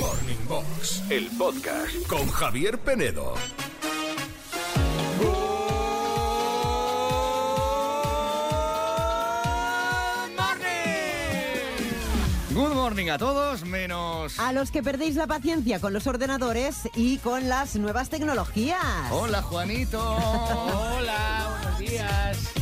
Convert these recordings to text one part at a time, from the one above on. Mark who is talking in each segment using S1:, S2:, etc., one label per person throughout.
S1: Morning Box, el podcast con Javier Penedo.
S2: Good morning a todos, menos...
S3: A los que perdéis la paciencia con los ordenadores y con las nuevas tecnologías.
S2: Hola, Juanito.
S4: Hola, buenos días.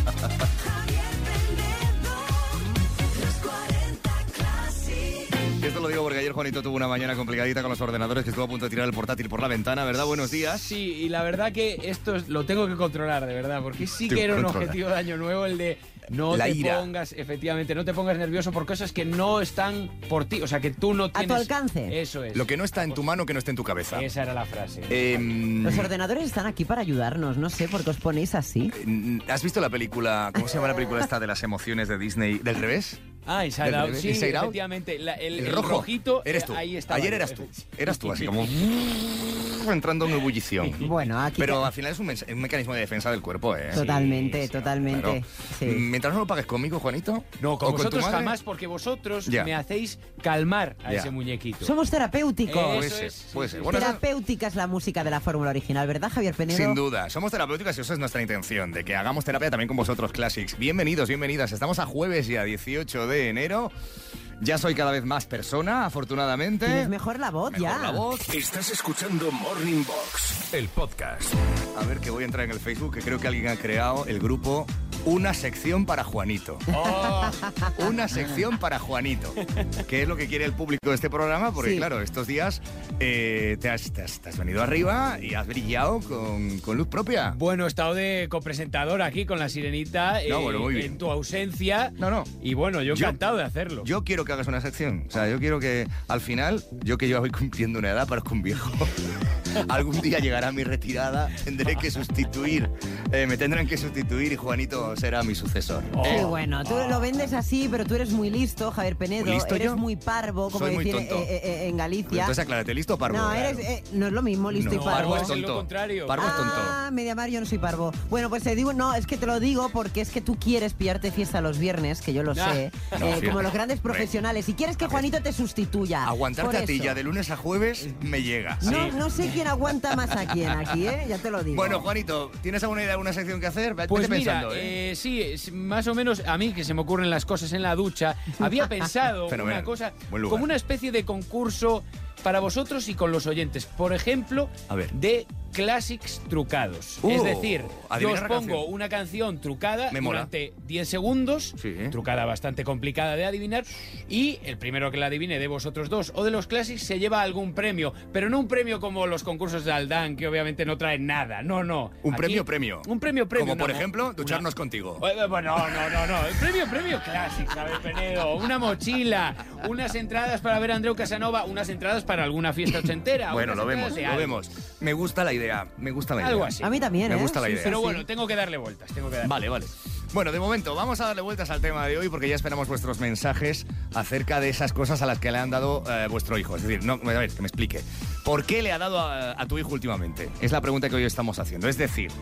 S2: Esto lo digo porque ayer Juanito tuvo una mañana complicadita con los ordenadores que estuvo a punto de tirar el portátil por la ventana, ¿verdad? Buenos días.
S4: Ah, Sí, y la verdad que esto es- lo tengo que controlar, de verdad, porque sí
S2: Tengo
S4: que era un
S2: controlar.
S4: objetivo de año nuevo el de no
S2: La
S4: te
S2: ira.
S4: pongas, efectivamente, no te pongas nervioso por cosas que no están por ti, o sea, que tú no
S3: tu
S4: tienes...
S3: alcance.
S4: Eso es.
S2: Lo que no está en tu mano, que no esté en tu cabeza.
S4: Esa era la frase.
S2: Em,
S3: Los ordenadores están aquí para ayudarnos, no sé por qué os ponéis así.
S2: ¿Has visto la película, cómo se llama la película esta de las emociones de Disney? ¿Del revés?
S4: ah, Inside
S2: del
S4: Out,
S2: revés,
S4: sí,
S2: Inside Out.
S4: efectivamente. la- el,
S2: El
S4: el
S2: rojo.
S4: rojito,
S2: Eres
S4: eh,
S2: tú.
S4: ahí estaba
S2: Ayer
S4: yo.
S2: eras tú. Eras tú, así como... entrando en ebullición.
S3: Bueno, aquí
S2: Pero al final es un, mensa- un mecanismo de defensa del cuerpo, ¿eh?
S3: Totalmente, totalmente,
S2: claro. Mm.
S3: sí.
S2: Mientras no lo pagues conmigo, Juanito.
S4: No,
S2: o
S4: con
S2: tu
S4: vosotros
S2: madre,
S4: jamás, porque vosotros
S2: Ya.
S4: me hacéis calmar a
S2: Ya.
S4: ese muñequito.
S3: somos terapéuticos. Pues,
S2: Puede
S4: Eso
S2: ser,
S4: es, sí,
S2: puede
S4: sí,
S2: ser.
S4: sí.
S2: Bueno, eso-
S3: Terapéutica es la música de la fórmula original, ¿verdad, Javier Penedo?
S2: Sin duda, somos terapéuticas y esa es nuestra intención, de que hagamos terapia también con vosotros, Classics. Bienvenidos, bienvenidas. Estamos a jueves ya, 18 de enero. Ya soy cada vez más persona, afortunadamente.
S3: Tienes mejor la voz
S2: Mejor
S3: ya.
S2: la voz.
S1: Estás escuchando Morning Box, el podcast.
S2: A ver, que voy a entrar en el Facebook, que creo que alguien ha creado el grupo Una sección para Juanito.
S4: Oh.
S2: Una sección para Juanito, que es lo que quiere el público de este programa, porque
S3: Sí.
S2: claro, estos días eh, te, has, te has- te has venido arriba y has brillado con, con luz propia.
S4: Bueno, he estado de copresentador aquí con la sirenita eh,
S2: No, bueno, muy bien.
S4: en tu ausencia.
S2: No, no.
S4: Y bueno, yo
S2: Yo-
S4: encantado de hacerlo.
S2: Yo quiero que hagas una sección. O sea, yo quiero que al final, yo que yo voy cumpliendo una edad, parezco un viejo. Algún día llegará mi retirada, tendré que sustituir, eh, me tendrán que sustituir y Juanito será mi sucesor.
S3: Sí,
S4: Oh.
S3: bueno, tú lo vendes así, pero tú eres muy listo, Javier Penedo.
S2: ¿Muy listo
S3: eres
S2: yo?
S3: muy parvo, como
S2: Soy muy
S3: decir
S2: tonto.
S3: eh, eh, eh, en Galicia.
S2: Entonces aclárate, ¿listo, Parvo?
S3: no, eres, eh, no es lo mismo, listo
S2: No,
S3: y parvo.
S2: es
S4: Es
S2: tonto.
S4: lo contrario.
S2: Parvo es tonto.
S3: Ah, media mar, yo no soy parvo. Bueno, pues te digo, no, es que te lo digo porque es que tú quieres pillarte fiesta los viernes, que yo lo
S4: Ah.
S3: sé,
S2: No,
S3: eh,
S2: fiesta.
S3: como los grandes profesionales, y quieres que Juanito te sustituya.
S2: Aguantarte
S3: Por
S2: a ti
S3: eso.
S2: ya de lunes a jueves me llega.
S3: No, no sé quién aguanta más a quién aquí, ¿eh? Ya te lo digo.
S2: Bueno, Juanito, ¿tienes alguna idea, alguna sección que hacer? Vete
S4: Pues mira,
S2: pensando, ¿eh?
S4: eh, sí, es más o menos a mí que se me ocurren las cosas en la ducha, había pensado
S2: Fenomenal.
S4: una cosa
S2: Buen lugar.
S4: como una especie de concurso para vosotros y con los oyentes. Por ejemplo,
S2: A ver.
S4: de classics trucados.
S2: Uh,
S4: es decir, yo
S2: adivinar
S4: os
S2: la
S4: pongo
S2: canción.
S4: una canción trucada
S2: Me mola.
S4: durante 10 segundos,
S2: Sí.
S4: trucada bastante complicada de adivinar, y el primero que la adivine de vosotros dos o de los classics se lleva algún premio, pero no un premio como los concursos de Aldán, que obviamente no traen nada. No, no.
S2: Un
S4: Aquí-
S2: premio, premio.
S4: Un premio, premio.
S2: Como por
S4: una mo-
S2: ejemplo,
S4: una-
S2: ducharnos contigo.
S4: Eh, Bueno, no, no, no, no. El premio, premio clásico, ¿sabes, Penedo? Una mochila, unas entradas para ver a Andreu Casanova, unas entradas para alguna fiesta ochentera.
S2: Bueno,
S4: unas
S2: lo
S4: entradas
S2: vemos,
S4: de
S2: lo
S4: algo.
S2: vemos. Me gusta la idea, me gusta la idea.
S4: Algo así.
S3: a mí también,
S2: Me
S3: ¿eh?
S2: gusta la
S3: Sí,
S2: idea.
S3: sí,
S4: Pero
S3: sí.
S4: bueno, tengo que darle vueltas, tengo que darle
S2: Vale, vale. Bueno, de momento, vamos a darle vueltas al tema de hoy porque ya esperamos vuestros mensajes acerca de esas cosas a las que le han dado eh, vuestro hijo. Es decir, no, a ver, que me explique. ¿Por qué le ha dado a, a tu hijo últimamente? Es la pregunta que hoy estamos haciendo. Es decir,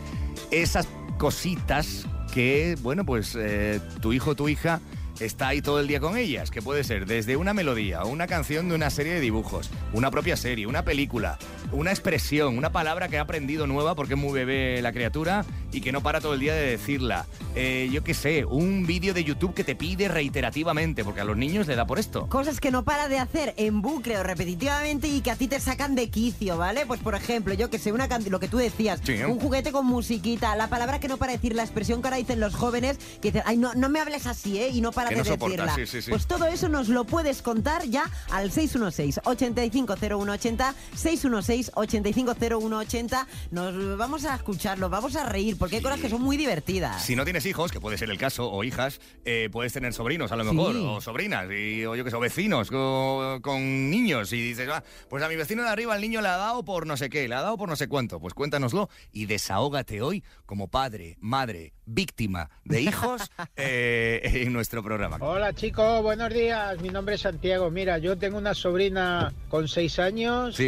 S2: esas cositas que, bueno, pues eh, tu hijo o tu hija está ahí todo el día con ellas, que puede ser desde una melodía, una canción de una serie de dibujos, una propia serie, una película, una expresión, una palabra que ha aprendido nueva porque es muy bebé la criatura y que no para todo el día de decirla. Eh, yo qué sé, un vídeo de YouTube que te pide reiterativamente, porque a los niños le da por esto.
S3: Cosas que no para de hacer en bucle o repetitivamente y que a ti te sacan de quicio, ¿vale? Pues por ejemplo, yo que sé, una can- lo que tú decías,
S2: Sí.
S3: un juguete con musiquita, la palabra que no para de decir, la expresión que ahora dicen los jóvenes, que dicen, ay, no, no me hables así, ¿eh? Y no para
S2: Que
S3: de
S2: no soporta,
S3: decirla.
S2: sí, sí, sí.
S3: Pues todo eso nos lo puedes contar ya al 616-850180, 616-850180. Nos vamos a escucharlo, vamos a reír, porque hay cosas que son muy divertidas.
S2: Si no tienes hijos, que puede ser el caso, o hijas, eh, puedes tener sobrinos a lo
S3: Sí.
S2: mejor, o sobrinas, y, o yo que sé, o vecinos o- con niños, y dices, "Ah, pues a mi vecino de arriba el niño le ha dado por no sé qué, le ha dado por no sé cuánto, pues cuéntanoslo y desahógate hoy como padre, madre, víctima de hijos eh, en nuestro programa.
S5: Hola chicos, buenos días. Mi nombre es Santiago. Mira, yo tengo una sobrina con seis años
S2: Sí.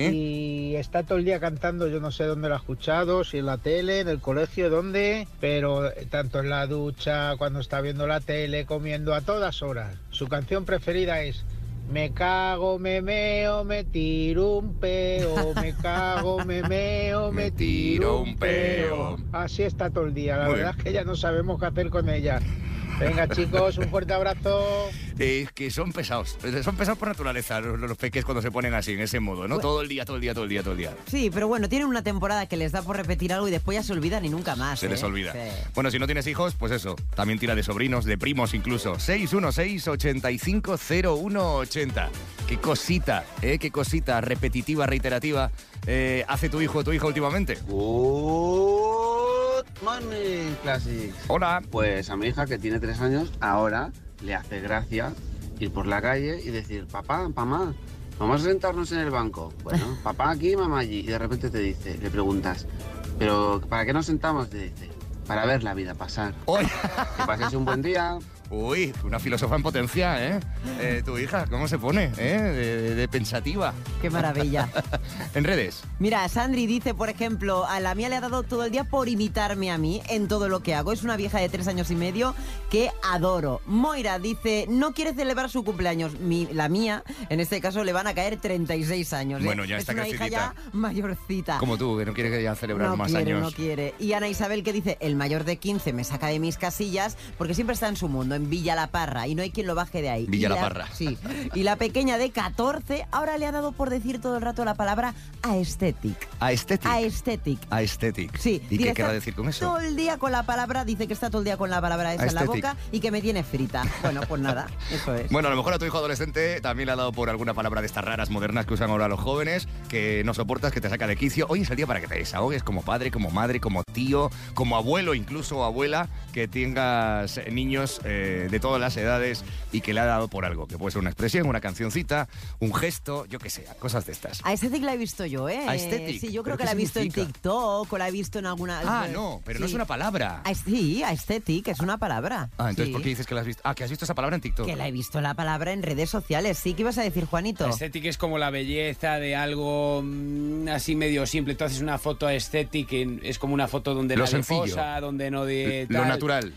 S5: y está todo el día cantando. Yo no sé dónde la he escuchado, si en la tele, en el colegio, dónde, pero eh, tanto en la ducha, cuando está viendo la tele, comiendo a todas horas. Su canción preferida es Me cago, me meo, me tiro un peo. Me cago, me meo, me,
S2: Me tiro un peo.
S5: Así está todo el día. La
S2: Muy
S5: verdad
S2: bien.
S5: es que ya no sabemos qué hacer con ella. Venga, chicos, un fuerte abrazo.
S2: Es que son pesados, son pesados por naturaleza los, los peques cuando se ponen así, en ese modo, ¿no?
S3: Pues-
S2: Todo el día, todo el día, todo el día, todo el día.
S3: Sí, pero bueno, tienen una temporada que les da por repetir algo y después ya se olvidan y nunca más.
S2: Se les
S3: ¿eh?
S2: olvida.
S3: Sí.
S2: Bueno, si no tienes hijos, pues eso. También tira de sobrinos, de primos incluso. 616-850180. Qué cosita, ¿eh? Qué cosita repetitiva, reiterativa eh, hace tu hijo o tu hija últimamente.
S6: Good morning, Classics.
S2: Hola.
S6: Pues a mi hija que tiene tres años, ahora le hace gracia ir por la calle y decir, papá, mamá, vamos a sentarnos en el banco. Bueno, papá aquí, mamá allí. Y de repente te dice, le preguntas, pero ¿para qué nos sentamos? Te dice, para ver la vida pasar.
S2: Hoy.
S6: Que pases un buen día.
S2: Uy, una filósofa en potencia, ¿eh? Eh, Tu hija, ¿cómo se pone? ¿Eh? De, de- de pensativa.
S3: Qué maravilla.
S2: En redes.
S3: Mira, Sandri dice, por ejemplo, a la mía le ha dado todo el día por imitarme a mí en todo lo que hago. Es una vieja de tres años y medio que adoro. Moira dice, no quiere celebrar su cumpleaños. Mi- la mía, en este caso, le van a caer 36 años. ¿eh?
S2: Bueno, ya
S3: es
S2: está
S3: una hija
S2: crecidita.
S3: ya mayorcita.
S2: Como tú, que no quieres que ya celebrar
S3: no
S2: más
S3: quiere,
S2: años.
S3: No quiere, Y Ana Isabel que dice, el mayor de 15 me saca de mis casillas porque siempre está en su mundo, en Villa La Parra, y no hay quien lo baje de ahí.
S2: Villa
S3: Y
S2: La Parra.
S3: Sí. Y la pequeña de 14 ahora le ha dado por decir todo el rato la palabra aesthetic.
S2: Aesthetic.
S3: Aesthetic.
S2: Aesthetic.
S3: Sí.
S2: ¿Y
S3: Dice,
S2: qué
S3: está
S2: querrá decir con eso?
S3: Todo el día con la palabra, dice que está todo el día con la palabra esa en la
S2: Aesthetic.
S3: boca y que me tiene frita. Bueno, pues nada, eso es.
S2: Bueno, a lo mejor a tu hijo adolescente también le ha dado por alguna palabra de estas raras modernas que usan ahora los jóvenes, que no soportas, que te saca de quicio. Hoy es el día para que te desahogues como padre, como madre, como tío, como abuelo, incluso abuela, que tengas eh, niños eh, de todas las edades y que le ha dado por algo, que puede ser una expresión, una cancioncita, un gesto, yo que sea, cosas de estas.
S3: Aesthetic la he visto yo, ¿eh?
S2: Aesthetic.
S3: Sí, yo
S2: ¿Pero
S3: creo que
S2: qué
S3: la he visto en
S2: significa?
S3: TikTok o la he visto en alguna... eh,
S2: Ah, no, pero no es
S3: Sí.
S2: una palabra.
S3: Ah, Sí, aesthetic, es una palabra.
S2: Ah, entonces,
S3: Sí.
S2: ¿por qué dices que la has visto? Ah, que has visto esa palabra en TikTok.
S3: Que la he visto la palabra en redes sociales. Sí, ¿qué ibas a decir, Juanito?
S2: este
S4: Estética es como la belleza de algo mm, así medio simple. Tú haces una foto estética, y es como una foto donde
S2: Lo
S4: no
S2: sencillo.
S4: de fosa, donde no de
S2: Lo
S4: tal.
S2: natural.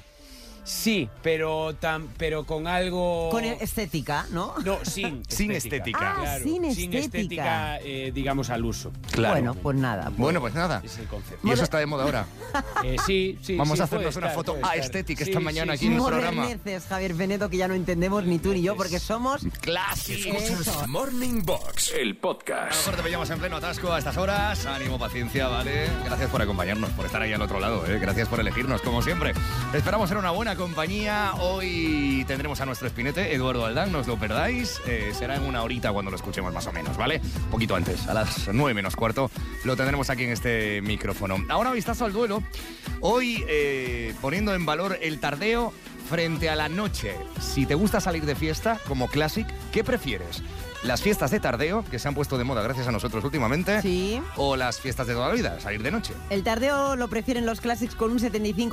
S4: Sí, pero tan, pero con algo
S3: Con e- estética, ¿no?
S4: no sin
S2: Sin estética.
S3: Ah,
S4: claro,
S3: sin estética.
S4: estética, eh, digamos al uso.
S2: Claro.
S3: Bueno, pues nada. pues-
S2: Bueno, pues nada.
S4: Ese es el concepto.
S2: Y eso está de moda ahora.
S4: Eh, sí, sí.
S2: Vamos
S4: sí,
S2: a hacernos
S4: puede
S2: una
S4: estar,
S2: foto
S4: puede estar.
S2: aesthetic
S4: Sí,
S2: esta mañana aquí
S4: sí,
S2: en
S4: sí.
S2: el
S3: Morreneces,
S2: programa.
S3: Javier Venedo, que ya no entendemos ni tú ni yo porque somos...
S2: Clásico.
S3: Eso.
S1: Morning Box, el
S2: A lo
S1: podcast.
S2: mejor te pillamos en pleno atasco a estas horas. Ánimo, paciencia, ¿vale? Gracias por acompañarnos, por estar ahí al otro lado, ¿eh? Gracias por elegirnos, como siempre. Esperamos ser una buena compañía. Hoy tendremos a nuestro espinete, Eduardo Aldán, no os lo perdáis. Eh, será en una horita cuando lo escuchemos, más o menos, ¿vale? Un poquito antes, a las 9 menos cuarto, lo tendremos aquí en este micrófono. Ahora vistazo al duelo. Hoy eh, poniendo en valor el tardeo frente a la noche. Si te gusta salir de fiesta, como Classic, ¿qué prefieres? Las fiestas de tardeo, que se han puesto de moda gracias a nosotros últimamente,
S3: Sí.
S2: o las fiestas de toda la vida, salir de noche.
S3: El tardeo lo prefieren los Classics con un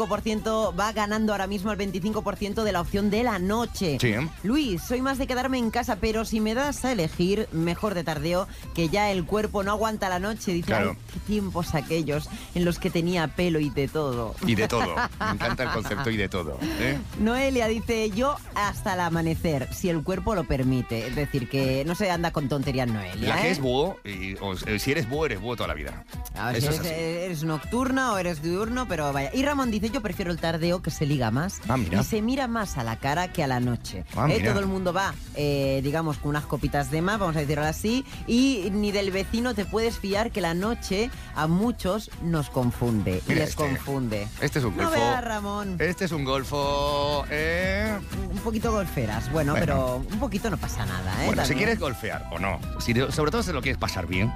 S3: 75%, va ganando ahora mismo el 25% de la opción de la noche.
S2: Sí, ¿eh?
S3: Luis, soy más de quedarme en casa, pero si me das a elegir, mejor de tardeo, que ya el cuerpo no aguanta la noche. Dice,
S2: Claro.
S3: "Ay, qué tiempos aquellos en los que tenía pelo y de todo.
S2: Y de todo. Me encanta el concepto y de todo. ¿eh?
S3: Noelia dice, yo hasta el amanecer, si el cuerpo lo permite. Es decir, que no se anda con tonterías, Noelia.
S2: La que
S3: ¿eh?
S2: es búho, y, o, eh, si eres búho, eres búho toda la vida.
S3: A ver,
S2: Eso
S3: si
S2: es
S3: Ah, eres,
S2: así.
S3: eres nocturna o eres diurno, pero vaya. Y Ramón dice, yo prefiero el tardeo que se liga más
S2: Ah, mira.
S3: y se mira más a la cara que a la noche.
S2: Ah,
S3: Eh,
S2: mira.
S3: Todo el mundo va, eh, digamos, con unas copitas de más, vamos a decirlo así, y ni del vecino te puedes fiar que la noche a muchos nos confunde y
S2: Mira
S3: les
S2: este.
S3: confunde.
S2: Este es un
S3: No
S2: golfo.
S3: veas, Ramón.
S2: Este es un golfo. ¿eh?
S3: Un poquito golferas, bueno,
S2: Bueno.
S3: pero un poquito no pasa nada, ¿eh?
S2: Bueno, si
S3: También.
S2: quieres golfear o no, si de- sobre todo si lo quieres pasar bien,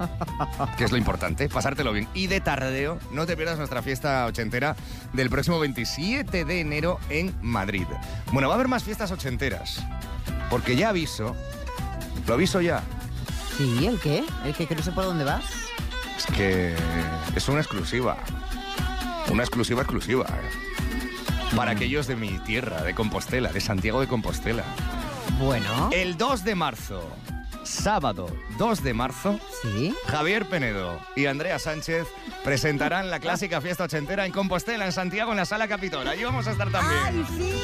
S2: que es lo importante, pasártelo bien. Y de tardeo, no te pierdas nuestra fiesta ochentera del próximo 27 de enero en Madrid. Bueno, va a haber más fiestas ochenteras, porque ya aviso, lo aviso ya,
S3: Sí, ¿el qué? ¿El qué? Que no sé por dónde vas.
S2: es que es una exclusiva, una exclusiva exclusiva, ¿eh?
S3: Mm.
S2: para aquellos de mi tierra, de Compostela, de Santiago de Compostela.
S3: Bueno,
S2: El 2 de marzo, sábado 2 de marzo,
S3: sí.
S2: Javier Penedo y Andrea Sánchez presentarán la clásica fiesta ochentera en Compostela, en Santiago, en la Sala Capitol. Allí vamos a estar también.
S3: ¡Ay, sí!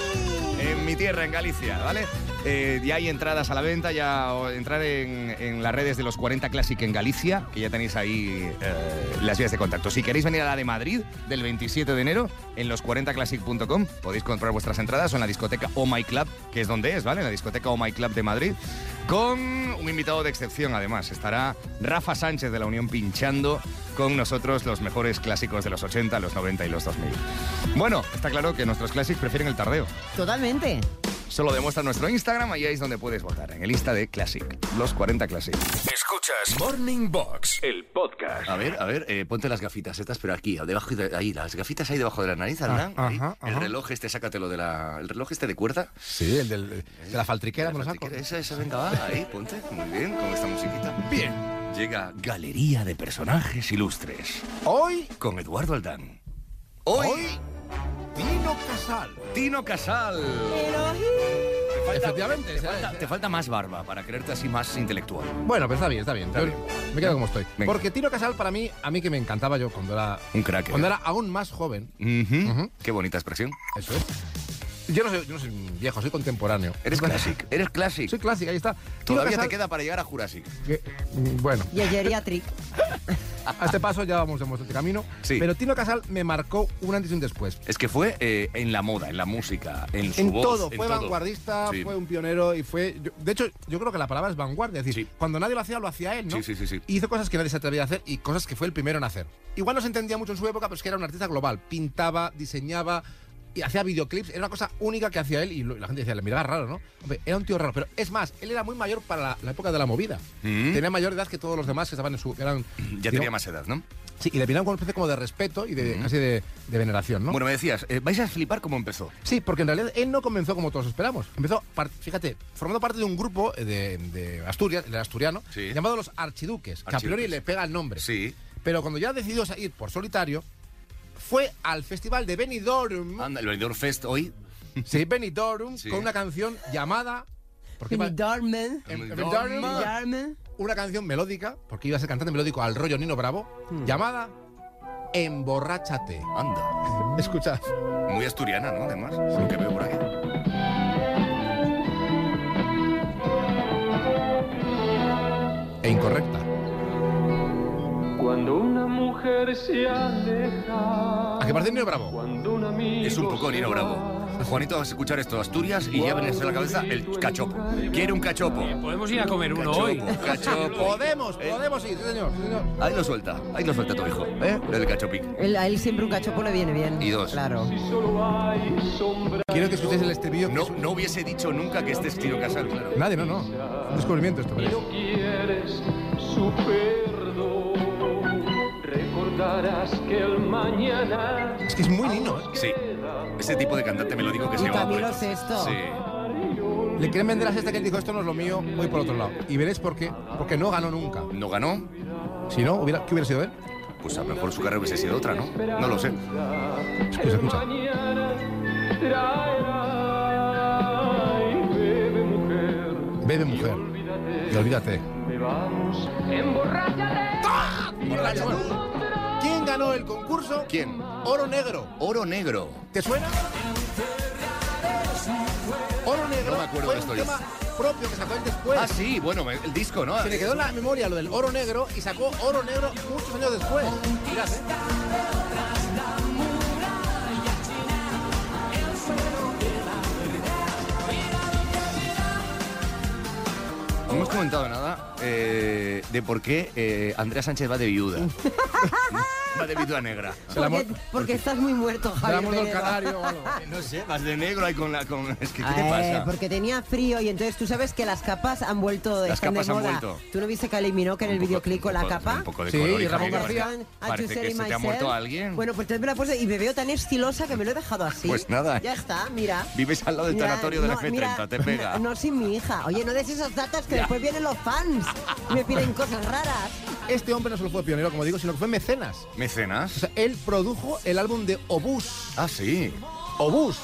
S2: En mi tierra, en Galicia, ¿vale?
S7: Eh, ya hay entradas a la venta, ya o entrar en, en las redes de los 40 Classic en Galicia, que ya tenéis ahí eh, las vías de contacto. Si queréis venir a la de Madrid del 27 de enero, en los40classic.com podéis comprar vuestras entradas o en la discoteca Oh My Club, que es donde es, ¿vale? En la discoteca Oh My Club de Madrid, con un invitado de excepción además. Estará Rafa Sánchez de la Unión pinchando con nosotros los mejores clásicos de los 80, los 90 y los 2000. Bueno, está claro que nuestros clásicos prefieren el tardeo.
S3: Totalmente.
S7: Solo demuestra nuestro Instagram, ahí es donde puedes votar, en el Insta de Classic, los 40 Classic.
S1: Escuchas Morning Box, el podcast.
S2: A ver, a ver, eh, ponte las gafitas estas, pero aquí, debajo de ahí, las gafitas ahí debajo de la nariz, Hernán,
S8: Ah,
S2: ahí.
S8: ajá,
S2: El
S8: ajá.
S2: reloj este, sácatelo de la... ¿El reloj este de cuerda? Eh,
S8: Sí, el del- de la faltriquera, me lo saco.
S2: Esa, esa, venga, va, ahí, ponte. Muy bien, con esta musiquita. Bien. Llega Galería de Personajes Ilustres,
S8: Hoy,
S2: con Eduardo Aldán.
S8: hoy, Tino Casal.
S2: Tino Casal.
S8: Efectivamente.
S2: Te
S8: o sea,
S2: falta, te falta más barba para creerte así más intelectual.
S8: Bueno, pero está bien, está bien.
S2: Está
S8: Yo
S2: bien.
S8: Me quedo como estoy.
S2: Venga.
S8: Porque Tino Casal, para mí, a mí que me encantaba yo cuando era,
S2: Un crack.
S8: cuando
S2: ¿eh?
S8: era aún más joven.
S2: Ujú.
S8: Ujú.
S2: Qué bonita expresión.
S8: Eso es. Yo no soy, yo no soy viejo, soy contemporáneo.
S2: Eres classic. Eres classic.
S8: Soy clásica, ahí está. Tino
S2: Todavía
S8: Casal-
S2: te queda para llegar a Jurassic.
S8: que- mm, bueno,
S3: Y a Geriatric.
S8: a este paso ya vamos en vuestro camino.
S2: Sí.
S8: Pero Tino Casal me marcó un antes y un después.
S2: Es que fue eh, en la moda, en la música, en su
S8: En
S2: voz, Eh,
S8: todo,
S2: en
S8: fue vanguardista,
S2: Sí.
S8: fue un pionero y fue. yo- de hecho, yo creo que la palabra es vanguardia. Es decir,
S2: Sí.
S8: cuando nadie lo hacía, lo hacía él, ¿no?
S2: Sí, sí, sí, sí.
S8: Hizo cosas que nadie se atrevía a hacer y cosas que fue el primero en hacer. Igual no se entendía mucho en su época, pero es que era un artista global. Pintaba, diseñaba y hacía videoclips. Era una cosa única que hacía él y lo- la gente decía, le miraba raro, ¿no? Hombre, era un tío raro. Pero es más, él era muy mayor para la, la época de la movida.
S2: Mm.
S8: Tenía mayor edad que todos los demás que estaban en su. que eran,
S2: Ya tenía
S8: digamos-
S2: más edad, ¿no?
S8: Sí, y le miraban con una especie como de respeto y de, casi de, de veneración, ¿no?
S2: Bueno, me decías, eh, vais a flipar cómo empezó.
S8: Sí, porque en realidad él no comenzó como todos esperamos. Empezó, par- fíjate, formando parte de un grupo eh, de, de Asturias, el asturiano,
S2: Sí.
S8: llamado los Archiduques, que a
S2: Archiduques.
S8: priori le pega el nombre.
S2: Sí.
S8: Pero cuando ya decidió salir por solitario, fue al festival de Benidorm,
S2: Anda, el vendedor Fest hoy.
S8: sí, Benidorm,
S2: Ah. Sí.
S8: con una canción llamada... Porque iba-
S3: Darman.
S8: en- en
S2: Benidorm.
S8: Benidorm, una canción melódica, porque iba a ser cantante melódico al rollo Nino Bravo, llamada Emborráchate.
S2: Anda.
S8: Escuchad.
S2: Muy asturiana, ¿no? Además, lo que veo por aquí.
S8: E incorrecta.
S5: Cuando una mujer se aleja.
S8: ¿A que parece Nino Bravo?
S5: Cuando un amigo
S2: Es un poco Nino Bravo. Juanito, vas a escuchar esto, Asturias, y ya venís a la cabeza el cachopo. Quiere un cachopo.
S4: Podemos ir a comer uno hoy.
S2: Cachopo, cachopo.
S8: Podemos, podemos ir, sí, señor. sí, señor.
S2: Ahí lo suelta, ahí lo suelta tu hijo, ¿eh? Lo del cachopic.
S3: Él- a él siempre un cachopo le viene bien.
S2: Y dos.
S3: Claro.
S5: Si solo hay sombra.
S8: Quiero que escuchéis el estribillo. que
S2: No,
S8: es un-
S2: no hubiese dicho nunca que este es Tino Casal, claro.
S8: Nadie, no, no. Un descubrimiento esto,
S5: Y
S8: parece.
S5: no quieres su perdón. Recordarás que el mañana.
S8: Es que es muy nino, ¿eh?
S2: Sí. Ese tipo de cantante melódico que se
S3: Y
S2: llama.
S3: Camilo Sesto.
S2: Sí.
S8: Le quieren vender a esta que él dijo, esto no es lo mío, voy por otro lado. Y veréis por qué. Porque no ganó nunca.
S2: No ganó,
S8: Si no, hubiera, ¿qué hubiera sido él?
S2: pues a lo mejor su carrera hubiese sido otra, ¿no? No lo sé.
S8: Escucha, pues escucha.
S5: Mañana traerá. Y bebe, mujer.
S8: Bebe mujer. Y olvídate.
S5: Bebamos. Emborráchate.
S8: ¿Quién ganó el concurso?
S2: ¿Quién?
S8: Oro Negro.
S2: Oro Negro.
S8: ¿Te suena? Oro Negro
S2: No me acuerdo
S8: fue
S2: de
S8: un
S2: esto yo.
S8: tema propio que sacó él después.
S2: Ah, sí, bueno, el disco, ¿no?
S8: Se le quedó en la memoria lo del oro negro y sacó oro negro muchos años después. Mirad, ¿eh?
S2: No hemos comentado nada eh, de por qué eh, Andrea Sánchez va de viuda. va de viuda negra.
S8: amor-
S3: Porque, porque estás muy muerto,
S8: Le
S3: Javier.
S8: damos del
S3: Pereda.
S8: canario o algo.
S2: No sé, vas de negro ahí con la... Con... Es que, ¿qué te
S3: Eh,
S2: pasa?
S3: porque tenía frío y entonces tú sabes que las capas han vuelto
S2: Las
S3: están
S2: capas
S3: de
S2: han
S3: moda.
S2: vuelto.
S3: ¿Tú no viste que eliminó que en el
S2: Un poco-
S3: videoclip con
S2: un
S3: la
S2: poco-
S3: capa? Ah,
S2: Un poco de
S8: Sí,
S2: color,
S8: y
S2: hija,
S8: Ramón
S2: que
S8: García.
S2: parece-
S3: A
S2: Parece
S3: Chuseri
S2: que se te ha
S3: Myself.
S2: muerto alguien.
S3: Bueno, pues entonces me la puse y me veo tan estilosa que me lo he dejado así.
S2: Pues nada.
S3: Ya está, mira.
S2: Vives al lado del
S3: Ya,
S2: tanatorio de la
S3: no,
S2: F30,
S3: mira,
S2: te pega.
S3: No, no sin mi hija. Oye, no des esos datos que después vienen los fans y me piden cosas raras.
S8: Este hombre no solo fue pionero, como digo, sino que fue mecenas. O
S2: ¿Mecenas?
S8: sea, él produjo el álbum de Obús.
S2: Ah, sí.
S8: Obús.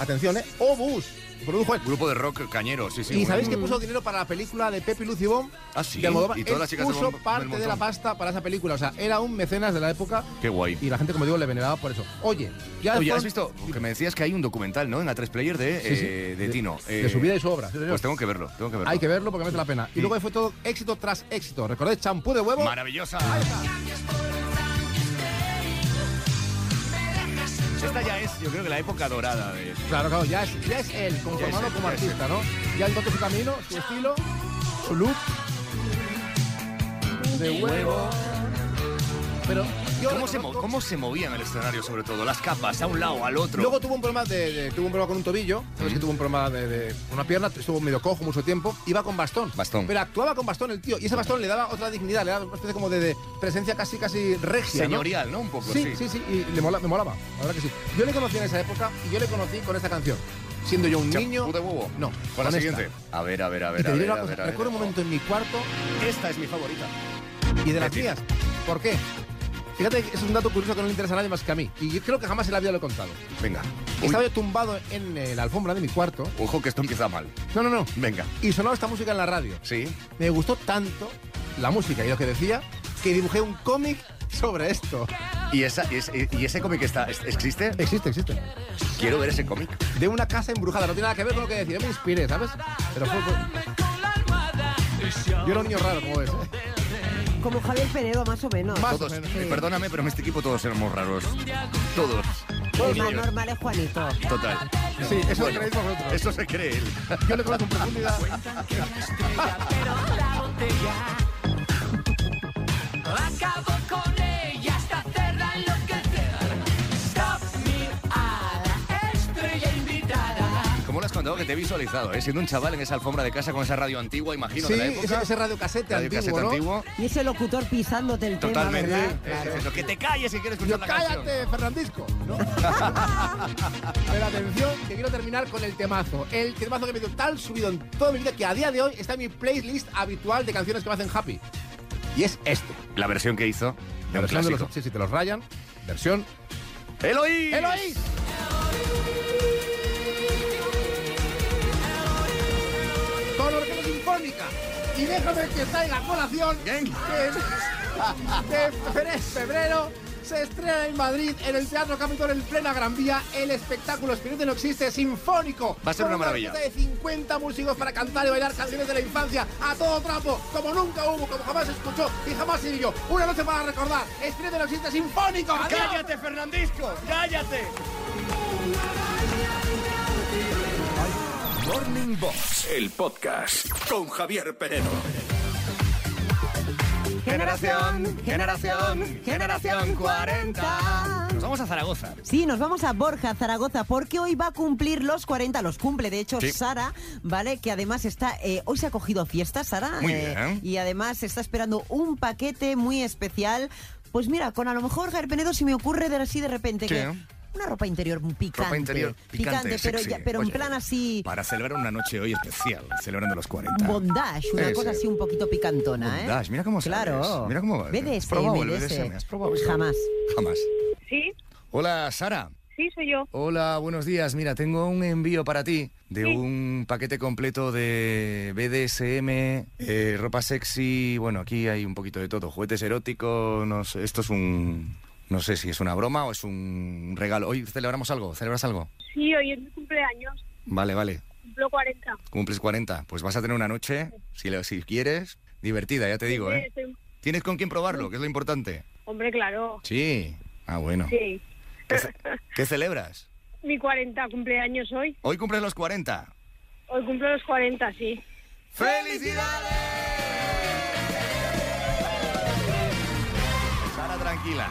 S8: Atención, ¿eh? Obús. Produjo él.
S2: Grupo de rock cañero, sí, sí.
S8: ¿Y
S2: bueno.
S8: sabéis que puso dinero para la película de Pepe Lucy Bom?
S2: Ah, sí,
S8: De Almodóvar.
S2: y todas
S8: Él
S2: las chicas de
S8: puso
S2: Bom- del
S8: parte de la
S2: montón.
S8: pasta para esa película. O sea, era un mecenas de la época
S2: Qué guay.
S8: y la gente, como digo, le veneraba por eso. Oye, ya
S2: Oye,
S8: fueron-
S2: ¿has visto? Que me decías que hay un documental, ¿no? En A3 Player de,
S8: Sí, sí.
S2: eh, de Tino.
S8: De
S2: Eh,
S8: su vida y su obra. sí, señor.
S2: Pues tengo que verlo, tengo que verlo.
S8: Hay que verlo porque merece la pena. Y luego fue todo éxito tras éxito. ¿Recordáis champú de huevo?
S2: Maravillosa. Esta ya es, yo creo que la época dorada de
S8: Claro, claro, ya es, ya es él, conformado
S2: Ya es él,
S8: como
S2: ya es él.
S8: artista, ¿no? Ya encontró su camino, su estilo, su look. De huevo. Pero yo
S2: ¿Cómo se, mo-
S8: reconozco-
S2: ¿Cómo se movía en el escenario, sobre todo? Las capas, a un lado, al otro.
S8: Luego tuvo un problema de, de- tuvo un problema con un tobillo, sabes que tuvo un problema de, de una pierna, estuvo medio cojo mucho tiempo, iba con bastón.
S2: Bastón.
S8: Pero actuaba con bastón el tío y ese bastón le daba otra dignidad, le daba una especie como de, de presencia casi casi regia, ¿no?
S2: Señorial, ¿no? Un poco, sí.
S8: Sí, sí, sí, y le mola- me molaba, la verdad que sí. Yo le conocí en esa época y yo le conocí con esta canción, siendo yo un
S2: Champú
S8: niño.
S2: de huevo.
S8: No,
S2: Con la
S8: esta.
S2: siguiente. A ver, a ver, a
S8: Y
S2: ver,
S8: te
S2: a
S8: diré
S2: ver,
S8: una
S2: a ver,
S8: cosa,
S2: a ver.
S8: recuerdo un momento en mi cuarto
S2: Esta es mi favorita.
S8: y de las
S2: Betty.
S8: mías. ¿Por qué? Fíjate, que es un dato curioso que no le interesa a nadie más que a mí. Y yo creo que jamás en la vida lo he contado.
S2: Venga. Uy,
S8: Estaba yo tumbado en eh, la alfombra de mi cuarto.
S2: Ojo que esto empieza mal.
S8: No, no, no.
S2: Venga.
S8: Y sonaba esta música en la radio.
S2: Sí.
S8: Me gustó tanto la música y lo que decía que dibujé un cómic sobre esto.
S2: ¿Y, esa, y, ese, y ese cómic está, es- existe?
S8: Existe, existe.
S2: Quiero ver ese cómic.
S8: De una casa embrujada. No tiene nada que ver con lo que decía. Yo me inspiré, ¿sabes? Pero fue... fue- Yo era un niño raro, como ves. ¿eh?
S3: Como Javier Peredo, más o menos.
S8: Más o
S2: Todos,
S8: menos.
S2: eh, perdóname, pero en este equipo todos éramos raros. Todos.
S3: El más normal es Juanito.
S2: Total.
S8: Sí, eso
S2: Bueno,
S8: lo creéis vosotros.
S2: Eso se cree él.
S8: Yo le conozco en profundidad.
S9: Acabo con ella hasta hacerla enloquecer. Stop me a la estrella invitada.
S2: ¿Cómo lo has contado que te he visualizado, eh? Siendo un chaval en esa alfombra de casa con esa radio antigua, imagino,
S8: Sí,
S2: de la época.
S8: ese, ese radiocasete
S2: Radio
S8: antiguo,
S2: casete
S8: ¿no?
S2: antiguo.
S3: Y ese locutor pisándote el
S2: Totalmente.
S3: tema,
S2: Eh,
S3: ¿verdad?
S2: diciendo, que te calles si quieres
S8: Yo,
S2: escuchar la canción.
S8: cállate, Fernandisco. No. Pero atención, que quiero terminar con el temazo. El temazo que me dio tal subido en toda mi vida que a día de hoy está en mi playlist habitual de canciones que me hacen happy. Y es este.
S2: La versión que hizo de
S8: La
S2: un
S8: versión de los-
S2: clásico.
S8: sí, sí, te los rayan. Versión.
S2: ¡Eloís!
S8: ¡Eloís! Con orquesta sinfónica. Y déjame que traiga a colación
S2: Bien.
S8: que de fe- febrero se estrena en Madrid, en el Teatro Capitol, en plena Gran Vía, el espectáculo Espíritu no existe, sinfónico.
S2: Va a ser
S8: Con
S2: una maravilla.
S8: orquesta de 50 músicos para cantar y bailar canciones de la infancia a todo trapo, como nunca hubo, como jamás se escuchó y jamás se vivió. Una noche para recordar, Espíritu no existe, sinfónico. ¡Adiós!
S2: ¡Cállate, Fernandisco! ¡Cállate!
S1: Morning Box, el podcast con Javier Peredo.
S2: Generación, generación, generación 40. Nos vamos a Zaragoza.
S3: Sí, nos vamos a Borja, Zaragoza, porque hoy va a cumplir los 40, los cumple, de hecho,
S2: Sí.
S3: Sara, ¿vale? Que además está, eh, hoy se ha cogido fiesta, Sara.
S2: Muy
S3: eh,
S2: bien.
S3: Y además está esperando un paquete muy especial. Pues mira, con a lo mejor, Javier Penedo, si me ocurre de así de repente
S2: Sí.
S3: que... Una ropa interior picante.
S2: Ropa interior picante,
S3: pero,
S2: sexy.
S3: ya- pero en
S2: Oye,
S3: plan así,
S2: Para celebrar una noche hoy especial, celebrando los 40.
S3: bondage, una
S2: Ese.
S3: cosa así un poquito picantona, ¿eh?
S2: Bondage, mira cómo sabes,
S3: Claro.
S2: Mira cómo va.
S3: BDSM,
S2: Probado el
S3: BDSM.
S2: BDSM, has probado eso.
S3: Jamás.
S2: Jamás.
S9: Sí,
S2: Hola, Sara.
S9: sí, soy yo.
S2: Hola, buenos días. Mira, tengo un envío para ti de un paquete completo de BDSM, eh, ropa sexy. Bueno, aquí hay un poquito de todo. Juguetes eróticos. No sé, esto es un. No sé si es una broma o es un regalo. Hoy celebramos algo. ¿Celebras algo?
S9: Sí, hoy es mi cumpleaños.
S2: Vale, vale.
S9: Cumplo 40.
S2: Cumples 40. Pues vas a tener una noche, si, lo- si quieres, divertida, ya te digo, ¿eh?
S9: Estoy-
S2: Tienes con quién probarlo, que es lo importante.
S9: Hombre, claro.
S2: Sí. Ah, bueno.
S9: Sí.
S2: ¿Qué, ce- qué celebras?
S9: Mi 40 cumpleaños hoy.
S2: Hoy cumples los 40.
S9: Hoy cumplo los 40, sí.
S2: ¡Felicidades! Sara, tranquila.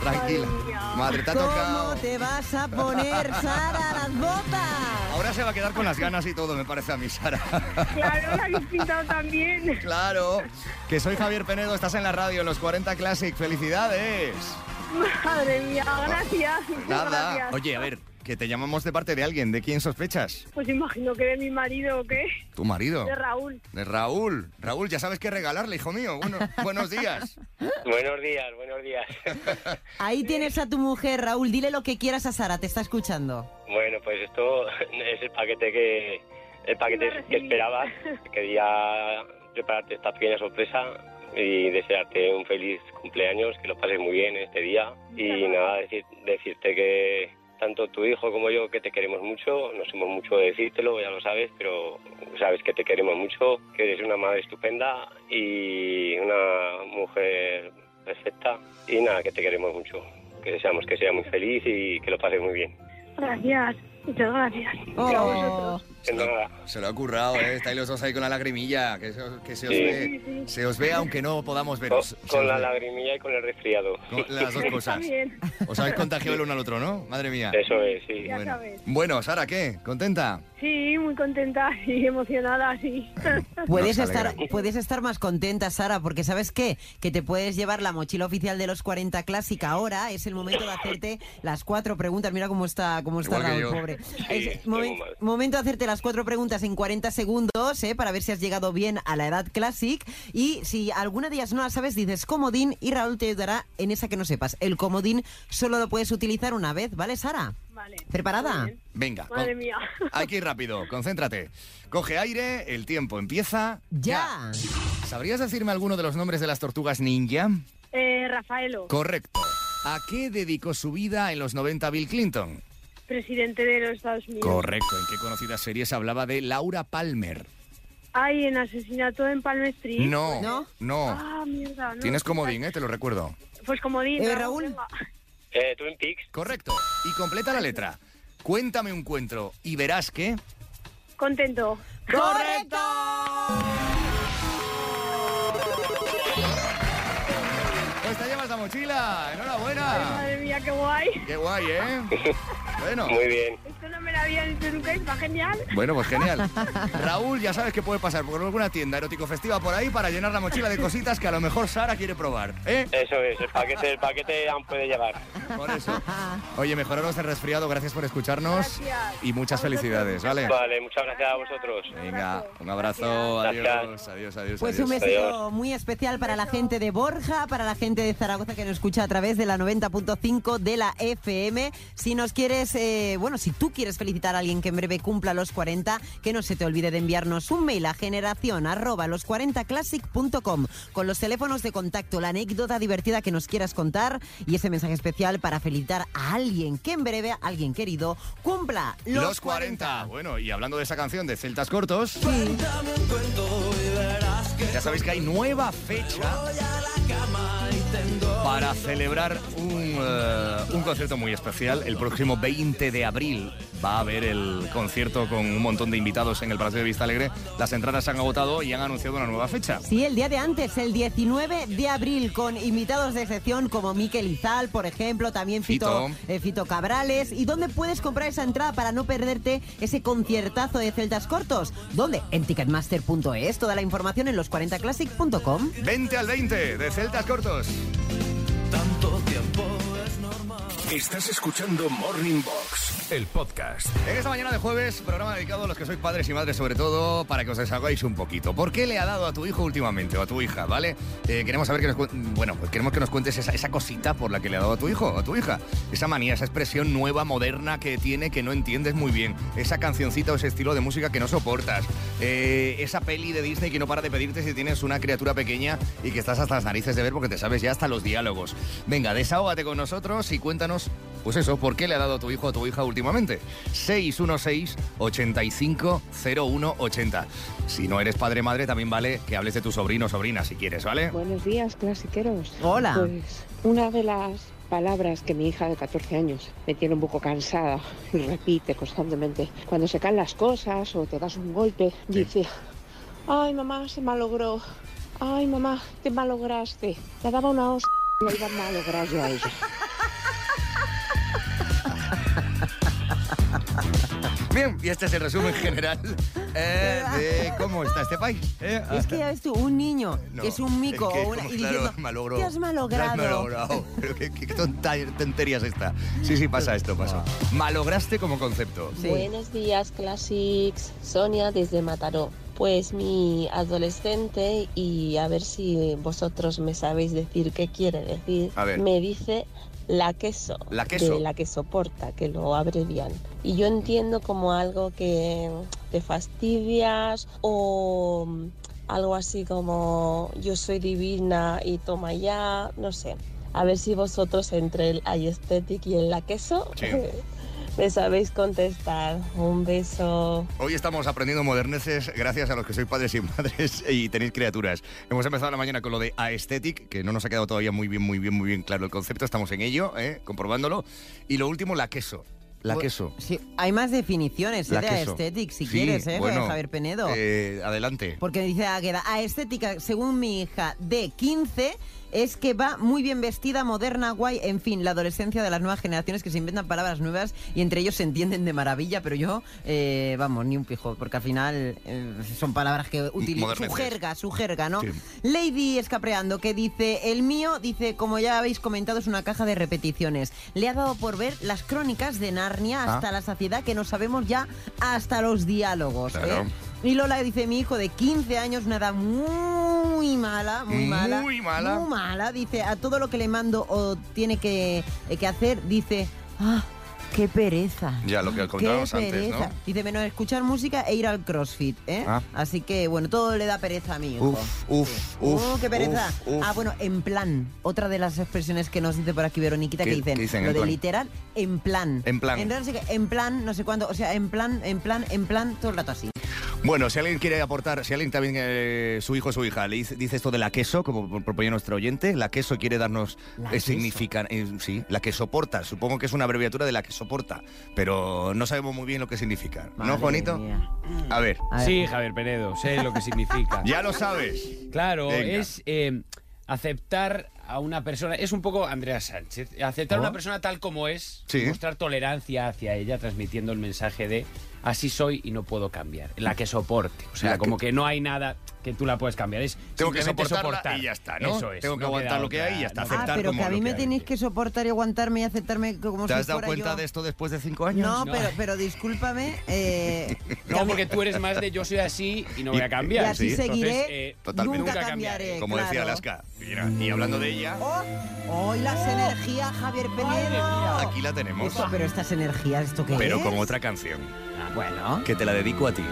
S2: Tranquila.
S9: Madre mía.
S2: Madre, te ha
S3: ¿Cómo
S2: tocado.
S3: te vas a poner, Sara, las botas?
S2: Ahora se va a quedar con las ganas y todo, me parece a mí, Sara.
S9: Claro, la habéis pintado también.
S2: claro. Que soy Javier Penedo, estás en la radio en los 40 Classic. ¡Felicidades!
S9: Madre mía, gracias.
S2: Nada.
S9: Gracias.
S2: Oye, a ver, Que te llamamos de parte de alguien. ¿De quién sospechas?
S9: Pues imagino que de mi marido o qué.
S2: Tu marido.
S9: De Raúl.
S2: De Raúl. Raúl, ya sabes qué regalarle, hijo mío. Bueno, buenos días.
S10: Buenos días, buenos días.
S3: Ahí tienes a tu mujer, Raúl. Dile lo que quieras a Sara, te está escuchando.
S10: Bueno, pues esto es el paquete que el paquete que esperabas. Quería prepararte esta pequeña sorpresa y desearte un feliz cumpleaños, que lo pases muy bien este día y nada, decir- decirte que tanto tu hijo como yo que te queremos mucho, no somos mucho de decírtelo, ya lo sabes, pero sabes que te queremos mucho, que eres una madre estupenda y una mujer perfecta y nada, que te queremos mucho, que deseamos que sea muy feliz y que lo pases muy bien.
S9: Gracias. Muchas gracias. Y a vosotros.
S10: Que nada.
S2: Se lo ha currado, ¿eh? Estáis los dos ahí con la lagrimilla. Que se, os- que se os,
S10: Sí.
S2: ve, se os ve, aunque no podamos
S10: Con,
S2: veros. Se
S10: con
S2: os
S10: la
S2: ve.
S10: lagrimilla y con el resfriado.
S2: Con las dos
S9: Está
S2: cosas.
S9: bien.
S2: Os habéis contagiado el uno al otro, ¿no? Madre mía.
S10: Eso es, sí.
S9: Ya
S2: Bueno.
S9: sabes.
S2: Bueno, Sara, ¿qué? ¿Contenta?
S9: Sí, muy contenta y emocionada, sí.
S3: Puedes
S2: Nos
S3: estar,
S2: alegra.
S3: puedes estar más contenta, Sara, porque ¿sabes qué? Que te puedes llevar la mochila oficial de los 40 clásica ahora. Es el momento de hacerte las cuatro preguntas. Mira cómo está, cómo está
S2: Igual que
S3: Raúl,
S2: yo.
S3: pobre.
S10: estoy
S3: Es momen-
S10: muy mal.
S3: momento de hacerte las cuatro preguntas en 40 segundos, ¿eh? Para ver si has llegado bien a la edad classic. Y si alguna de ellas no la sabes, dices comodín y Raúl te ayudará en esa que no sepas. El comodín solo lo puedes utilizar una vez, ¿vale, Sara?
S9: Vale.
S3: ¿Preparada?
S9: Muy bien.
S2: Venga. con-
S9: Madre mía.
S2: Hay que ir rápido, concéntrate. Coge aire, el tiempo empieza.
S3: ¡Ya!
S2: ¿Sabrías decirme alguno de los nombres de las tortugas ninja?
S9: Eh, Rafaelo,
S2: Correcto. ¿A qué dedicó su vida en los 90 Bill Clinton?
S9: presidente de los Estados Unidos.
S2: Correcto. ¿En qué conocida serie se hablaba de Laura Palmer?
S9: Ay, en asesinato en Palm Street.
S2: No, no.
S3: ¿No?
S9: Ah, mierda. No.
S2: Tienes comodín, eh, te lo recuerdo.
S9: Pues como dice
S3: Eh, Raúl.
S9: venga.
S10: Eh, Twin Peaks,
S2: Correcto. Y completa la letra. Cuéntame un cuento y verás que...
S9: Contento.
S3: ¡Correcto!
S2: Pues te llevas la mochila.
S9: Ay,
S2: Enhorabuena.
S9: madre mía, qué guay.
S2: Qué guay, ¿eh? Bueno.
S10: muy bien.
S9: Esto no me lo habían hecho nunca, está genial.
S2: Bueno, pues genial. Raúl, ya sabes que puede pasar por alguna tienda erótico festiva por ahí para llenar la mochila de cositas que a lo mejor Sara quiere probar. ¿Eh?
S10: Eso es, el paquete, el paquete aún puede llegar.
S2: Por eso. Oye, mejoraros el resfriado, gracias por escucharnos.
S9: Gracias.
S2: Y muchas
S9: A vosotros.
S2: felicidades, ¿vale?
S10: Vale, muchas gracias a vosotros.
S2: Venga, un abrazo,
S10: Gracias.
S2: adiós, adiós, adiós.
S3: Pues un
S2: adiós.
S3: besito
S10: Adiós.
S3: muy especial para la gente de Borja, para la gente de Zaragoza que nos escucha a través de la 90.5 de la FM. Si nos quieres, eh, bueno, si tú quieres felicitar a alguien que en breve cumpla los 40, que no se te olvide de enviarnos un mail a generación arroba los40classic.com con los teléfonos de contacto, la anécdota divertida que nos quieras contar y ese mensaje especial para felicitar a alguien que en breve, alguien querido, cumpla los,
S2: Los 40. Bueno, y hablando de esa canción de Celtas Cortos, ya sabéis que hay nueva fecha para celebrar un, eh, un concierto muy especial. El próximo 20 de abril va a haber el concierto con un montón de invitados en el Palacio de Vista Alegre. Las entradas se han agotado y han anunciado una nueva fecha.
S3: Sí, el día de antes, el 19 de abril, con invitados de excepción como Miquel Izal, por ejemplo, también Fito,
S2: Fito.
S3: eh, Fito Cabrales. ¿Y dónde puedes comprar esa entrada para no perderte ese conciertazo de celtas cortos? ¿Dónde? En ticketmaster.es, toda la información en los40classic.com.
S2: 20 al 20 de Celtas Cortos.
S1: Estás escuchando Morning Box, el podcast.
S2: En esta mañana de jueves, programa dedicado a los que sois padres y madres, sobre todo, para que os deshagáis un poquito. ¿Por qué le ha dado a tu hijo últimamente o a tu hija, vale? Eh, queremos saber que nos cuen- bueno, pues queremos que nos cuentes esa, esa cosita por la que le ha dado a tu hijo o a tu hija. Esa manía, esa expresión nueva, moderna que tiene que no entiendes muy bien. Esa cancioncita o ese estilo de música que no soportas. Eh, esa peli de Disney que no para de pedirte si tienes una criatura pequeña y que estás hasta las narices de ver porque te sabes ya hasta los diálogos. Venga, desahógate con nosotros y cuéntanos pues eso, ¿por qué le ha dado tu hijo a tu hija últimamente? 616-850180. Si no eres padre madre, también vale que hables de tu sobrino o sobrina si quieres, ¿vale?
S11: Buenos días, clasiqueros.
S3: Hola.
S11: Pues una de las palabras que mi hija de 14 años me tiene un poco cansada y repite constantemente, cuando se caen las cosas o te das un golpe, dice, ay mamá, se malogró, ay mamá, te malograste, le daba una hostia y la iba a malograr yo a ella.
S2: Bien, y este es el resumen general eh, de cómo está este país. eh. Ah,
S3: Es que ya ves tú, un niño que es un mico
S2: es que,
S3: o una,
S2: como,
S3: y
S2: claro,
S3: diciendo,
S2: malogro.
S3: ¿qué has malogrado?
S2: ¿Qué has malogrado? Pero qué, qué tonta- tontería es esta. Sí, sí, pasa esto, pasa. Malograste como concepto.
S12: Buenos días, Classics. Sonia desde Mataró. Pues mi adolescente, y a ver si vosotros me sabéis decir qué quiere decir,
S13: A ver.
S12: me dice la queso.
S13: La queso.
S12: de la que soporta, que lo abrevian. Y yo entiendo como algo que te fastidias o mm, algo así como yo soy divina y toma ya, no sé. A ver si vosotros entre el aesthetic y el la queso
S2: Sí.
S12: me sabéis contestar. Un beso.
S2: Hoy estamos aprendiendo moderneces gracias a los que sois padres y madres y tenéis criaturas. Hemos empezado la mañana con lo de aesthetic, que no nos ha quedado todavía muy bien, muy bien, muy bien claro el concepto. Estamos en ello, ¿eh? comprobándolo. Y lo último, la queso. La queso.
S3: Sí, hay más definiciones
S2: La
S3: ¿eh? de
S2: queso.
S3: aesthetic, si
S2: Sí,
S3: quieres, ¿eh?
S2: bueno,
S3: Javier Penedo.
S2: eh, adelante.
S3: Porque dice Águeda, aestética, según mi hija de 15, es que va muy bien vestida, moderna, guay, en fin, la adolescencia de las nuevas generaciones que se inventan palabras nuevas y entre ellos se entienden de maravilla, pero yo, eh, vamos, ni un pijo, porque al final eh, son palabras que utilizan, su
S13: Moderneces.
S3: jerga, su jerga, ¿no?
S13: Sí.
S3: Lady Escapreando, que dice, el mío, dice, como ya habéis comentado, es una caja de repeticiones. Le ha dado por ver las crónicas de Narnia hasta
S13: Ah.
S3: la saciedad, que no sabemos ya hasta los diálogos. ¿eh?
S13: Claro.
S3: Y Lola dice, mi hijo de 15 años, una edad muy mala, muy mala. Muy mala. Muy mala, dice, a todo lo que le mando o tiene que, eh, que hacer, dice, ah, qué pereza.
S2: Ya, lo que comentábamos
S3: qué
S2: antes, ¿no?
S3: pereza". Dice, menos escuchar música e ir al CrossFit, ¿eh?
S2: Ah.
S3: Así que, bueno, todo le da pereza a mi hijo.
S2: Uf, uf, uf.
S3: Uh, qué pereza.
S2: uf, uf.
S3: Ah, bueno, en plan. Otra de las expresiones que nos dice por aquí Veroniquita que
S2: ¿Qué-
S3: dicen,
S2: qué dicen,
S3: lo
S2: en
S3: de
S2: plan?
S3: literal, en plan.
S2: En plan.
S3: En, sé qué, en plan, no sé cuándo. O sea, en plan, en plan, en plan, todo el rato así.
S2: Bueno, si alguien quiere aportar, si alguien también, eh, su hijo o su hija, le dice, dice esto de la queso, como pro- proponía nuestro oyente, la queso quiere darnos,
S3: La
S2: eh,
S3: queso.
S2: significa, eh, sí, la que soporta, supongo que es una abreviatura de la que soporta, pero no sabemos muy bien lo que significa, ¿no,
S4: Madre
S2: Juanito? A ver.
S4: Sí,
S3: Ah,
S4: Javier Penedo, sé lo que significa.
S2: Ya lo sabes.
S4: Claro,
S2: Venga.
S4: es eh, aceptar a una persona, es un poco Andrea Sánchez, aceptar a
S2: ¿Oh?
S4: una persona tal como es,
S2: Sí.
S4: mostrar tolerancia hacia ella, transmitiendo el mensaje de así soy y no puedo cambiar, la que soporte. O sea,
S2: La que-
S4: como que... no hay nada que tú la puedes cambiar, es
S2: Tengo que
S4: simplemente
S2: soportarla
S4: soportar.
S2: y ya está, ¿no?
S4: Eso es,
S2: Tengo que
S4: no
S2: aguantar
S4: queda
S2: lo que
S4: otra,
S2: hay y ya está,
S4: no.
S2: aceptar
S3: Ah, pero que a mí me
S2: hay.
S3: tenéis que soportar y aguantarme y aceptarme como
S2: ¿Te
S3: si
S2: has dado
S3: fuera
S2: cuenta
S3: yo.
S2: de esto después de cinco años?
S3: No, pero, pero discúlpame. eh,
S4: No, porque tú eres más de yo soy así y no voy a cambiar.
S3: Y así
S4: Sí.
S3: seguiré,
S4: eh,
S2: Totalmente.
S3: nunca cambiaré,
S2: Como decía
S3: claro.
S2: Alaska. Mira, y hablando de ella,
S3: ¡Oh, y las energías, Javier Penedo!
S2: aquí la tenemos.
S3: Esto, pero estas energías, ¿esto qué
S2: Pero
S3: es?
S2: con otra canción.
S3: bueno.
S2: Que te la dedico a ti.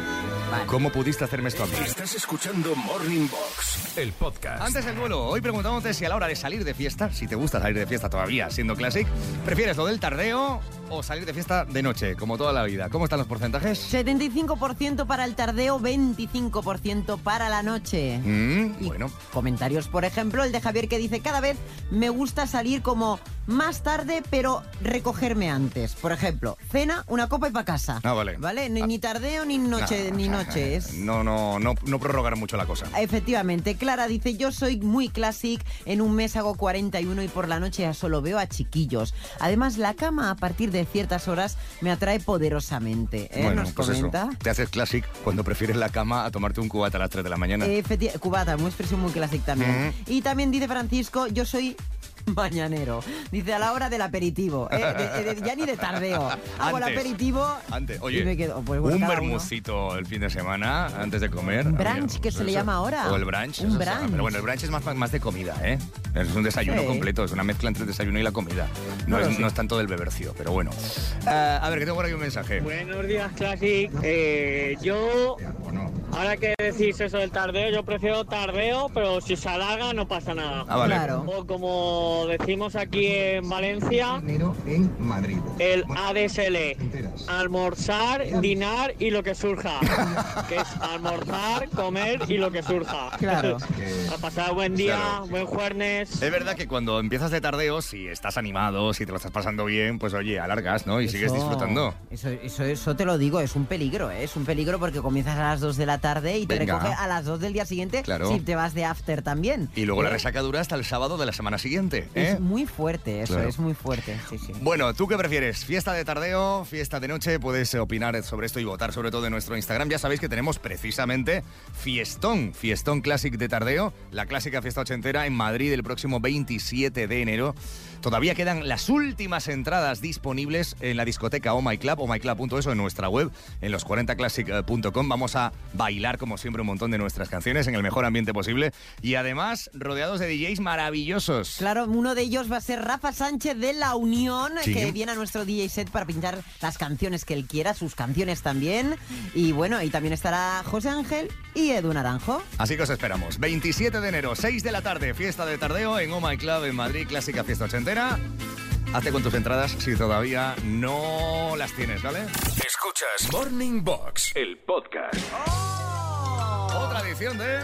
S2: ¿Cómo pudiste hacerme esto a mí?
S1: Estás escuchando Morning Box, el podcast.
S2: Antes del duelo, hoy preguntándote si a la hora de salir de fiesta, si te gusta salir de fiesta todavía siendo classic, ¿prefieres lo del tardeo o salir de fiesta de noche, como toda la vida? ¿Cómo están los porcentajes?
S3: 75% para el tardeo, 25% para la noche.
S2: Mm, bueno.
S3: Comentarios, por ejemplo, el de Javier que dice, cada vez me gusta salir como más tarde, pero recogerme antes. Por ejemplo, cena, una copa y para casa.
S2: Ah, vale.
S3: ¿Vale? Ni, ni tardeo, ni noche,
S2: Nah,
S3: ni
S2: o sea,
S3: noche. Es
S2: No, no, no, no prorrogar mucho la cosa.
S3: Efectivamente, Clara dice, yo soy muy classic, en un mes hago 41 y por la noche ya solo veo a chiquillos. Además, la cama a partir de ciertas horas me atrae poderosamente. ¿eh?
S2: bueno,
S3: Nos
S2: pues
S3: comenta.
S2: eso. Te haces classic cuando prefieres la cama a tomarte un cubata a las 3 de la mañana.
S3: Efecti- cubata, una expresión muy clásica
S2: Mm.
S3: también. Y también dice Francisco, yo soy mañanero. Dice a la hora del aperitivo. ¿eh? De- de- ya ni de tardeo. Hago el
S2: Antes.
S3: aperitivo.
S2: Antes,
S3: y
S2: oye,
S3: me quedo. Pues bueno,
S2: un
S3: cada uno.
S2: bermucito el fin de semana antes de comer.
S3: Brunch, que se le llama ahora.
S2: O el brunch.
S3: Un
S2: eso se llama.
S3: brunch.
S2: Pero bueno, el brunch es más, más de comida, ¿eh? Es un desayuno
S3: Sí.
S2: completo, es una mezcla entre el desayuno y la comida.
S3: No
S2: No,
S3: lo
S2: es,
S3: sé.
S2: no es tanto del bebercio, pero bueno. Eh, a ver, que tengo por aquí un mensaje.
S14: Buenos días, Classic. Eh, yo, ahora que decís eso del tardeo, yo prefiero tardeo, pero si se alarga no pasa nada.
S2: Ah, vale. Claro.
S14: O como decimos aquí en Valencia,
S2: En Madrid.
S14: el ADSL. Almorzar, dinar y lo que surja. que es almorzar, comer y lo que surja.
S2: Claro.
S14: A pasar buen día,
S2: Claro.
S14: buen jueves.
S2: Es verdad que cuando empiezas de tardeo, si estás animado, si te lo estás pasando bien, pues oye, alargas, ¿no? Y sigues
S3: Eso-
S2: disfrutando.
S3: Eso, eso, eso te lo digo, es un peligro, ¿eh? es un peligro porque comienzas a las 2 de la la tarde y te
S2: Venga.
S3: recoge a las 2 del día siguiente
S2: Claro.
S3: si te vas de after también.
S2: Y luego la
S3: ¿Eh?
S2: resaca dura hasta el sábado de la semana siguiente. ¿eh?
S3: Es muy fuerte eso,
S2: Claro.
S3: es muy fuerte. Sí, sí.
S2: Bueno, ¿tú qué prefieres? ¿Fiesta de tardeo? ¿Fiesta de noche? Puedes eh, opinar sobre esto y votar sobre todo en nuestro Instagram. Ya sabéis que tenemos precisamente Fiestón, Fiestón Classic de tardeo, la clásica fiesta ochentera en Madrid el próximo 27 de enero. Todavía quedan las últimas entradas disponibles en la discoteca Oh My Club, ohmyclub.es o en nuestra web, en los40classic.com. eh, Vamos a bailar, como siempre, un montón de nuestras canciones en el mejor ambiente posible y además rodeados de DJs maravillosos.
S3: Claro, uno de ellos va a ser Rafa Sánchez de La Unión,
S2: Sí.
S3: que viene a nuestro DJ set para pintar las canciones que él quiera, sus canciones también. Y bueno, y también estará José Ángel y Edu Naranjo.
S2: Así que os esperamos. 27 de enero, 6 de la tarde, fiesta de tardeo en Oh My Club en Madrid, clásica fiesta ochentera. Hazte con tus entradas si todavía no las tienes, ¿vale?
S1: Escuchas Morning Box, el podcast.
S2: Otra edición de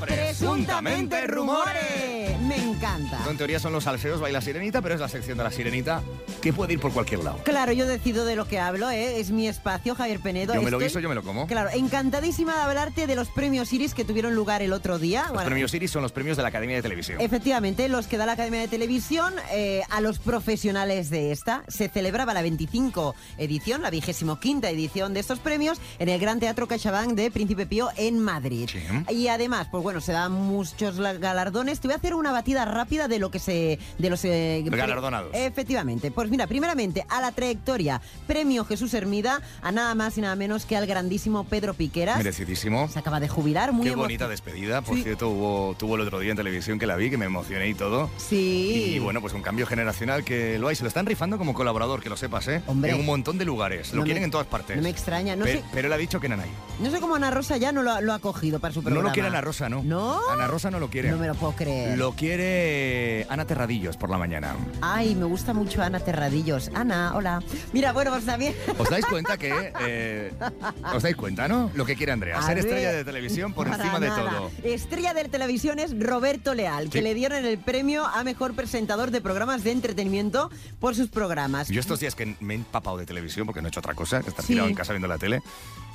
S3: Presuntamente rumores. Me encanta.
S2: En teoría son los salseos, baila sirenita, pero es la sección de la sirenita que puede ir por cualquier lado.
S3: Claro, yo decido de lo que hablo, ¿eh? es mi espacio, Javier Penedo.
S2: Yo me lo
S3: Estoy-
S2: guiso, yo me lo como.
S3: Claro, encantadísima de hablarte de los premios Iris que tuvieron lugar el otro día.
S2: Los
S3: Bueno,
S2: premios Iris son los premios de la Academia de Televisión.
S3: Efectivamente, los que da la Academia de Televisión eh, a los profesionales de esta. Se celebraba la 25 edición, la 25 edición de estos premios en el Gran Teatro CaixaBank de Príncipe Pío en Madrid. Y además, pues bueno, se dan muchos la- galardones. Te voy a hacer una batida rápida de lo que se... De los eh, pre-
S2: Galardonados.
S3: Efectivamente. Pues mira, primeramente, a la trayectoria, premio Jesús Hermida, a nada más y nada menos que al grandísimo Pedro Piqueras.
S2: Merecidísimo.
S3: Se acaba de jubilar, muy
S2: Qué
S3: emo-
S2: bonita despedida. Por
S3: Sí.
S2: cierto, hubo, tuvo el otro día en televisión que la vi, que me emocioné y todo.
S3: Sí.
S2: Y bueno, pues un cambio generacional que lo hay. Se lo están rifando como colaborador, que lo sepas, ¿eh?
S3: Hombre.
S2: En un montón de lugares. Lo
S3: No me-
S2: quieren en todas partes.
S3: No me extraña, no
S2: Pe-
S3: sé.
S2: Pero él ha dicho que Nanay.
S3: No sé cómo Ana Rosa ya no lo, ha- lo ha cogido para su
S2: No
S3: programa.
S2: lo quiere Ana Rosa, ¿no?
S3: ¿No?
S2: Ana Rosa no lo quiere.
S3: No me lo puedo creer.
S2: Lo quiere Ana Terradillos por la mañana.
S3: Ay, me gusta mucho Ana Terradillos. Ana, hola. Mira, bueno, pues también...
S2: ¿Os dais cuenta que... eh, ¿Os dais cuenta, no? Lo que quiere Andrea.
S3: A
S2: ser
S3: ver,
S2: estrella de televisión por
S3: para
S2: encima de
S3: nada.
S2: todo.
S3: Estrella de televisión es Roberto Leal, que
S2: Sí.
S3: le dieron el premio a mejor presentador de programas de entretenimiento por sus programas.
S2: Yo estos días que me he empapado de televisión porque no he hecho otra cosa, que estar
S3: Sí.
S2: tirado en casa viendo la tele.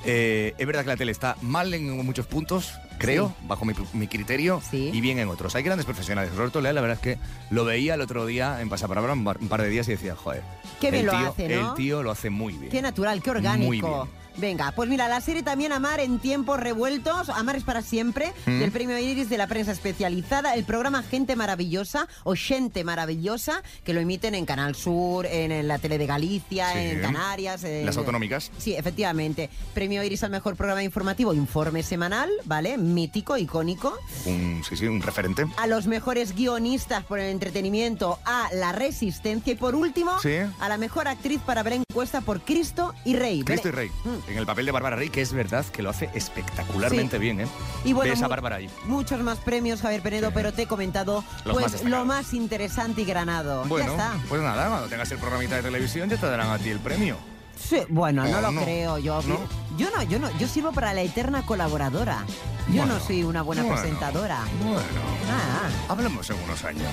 S2: eh, es verdad que la tele está mal en muchos puntos, creo, bajo mi, mi criterio, y bien en otros. Hay grandes profesionales. Roberto Leal, la verdad es que lo veía el otro día en Pasapalabra un, par- un par de días y decía, joder,
S3: Qué
S2: el
S3: bien lo
S2: tío,
S3: hace, ¿no?
S2: El tío lo hace muy bien.
S3: Qué natural, qué
S2: Muy
S3: orgánico.
S2: bien.
S3: Venga, pues mira, la serie también Amar en tiempos revueltos, Amar es para siempre,
S2: Mm.
S3: del premio Iris de la prensa especializada, el programa Gente Maravillosa o Gente Maravillosa, que lo emiten en Canal Sur, en, en la tele de Galicia,
S2: Sí.
S3: en Canarias. en-
S2: Las autonómicas.
S3: Sí, efectivamente. Premio Iris al mejor programa informativo, informe semanal, ¿vale? Mítico, icónico.
S2: Un, sí, sí, un referente.
S3: A los mejores guionistas por el entretenimiento, a La Resistencia y por último,
S2: Sí.
S3: a la mejor actriz para ver encuesta por Cristo y Rey.
S2: Cristo y
S3: Bre-
S2: Rey, en el papel de Bárbara Rey, que es verdad que lo hace espectacularmente
S3: mm. Sí.
S2: bien, ¿eh?
S3: Y bueno,
S2: Ves a
S3: mu-
S2: Bárbara ahí.
S3: Muchos más premios, Javier Penedo, pero te he comentado
S2: Los más
S3: pues lo
S2: destacados.
S3: más interesante y granado.
S2: Bueno,
S3: Ya está.
S2: pues nada, cuando tengas el programita de televisión ya te darán a ti el premio.
S3: Sí, bueno, no,
S2: No,
S3: lo
S2: no.
S3: creo yo.
S2: No.
S3: Yo no, yo no, yo sirvo para la eterna colaboradora. Yo no soy una buena
S2: bueno,
S3: presentadora.
S2: Bueno,
S3: Ah.
S2: hablemos en unos años.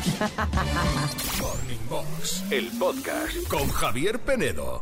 S1: Morning Box, el podcast con Javier Penedo.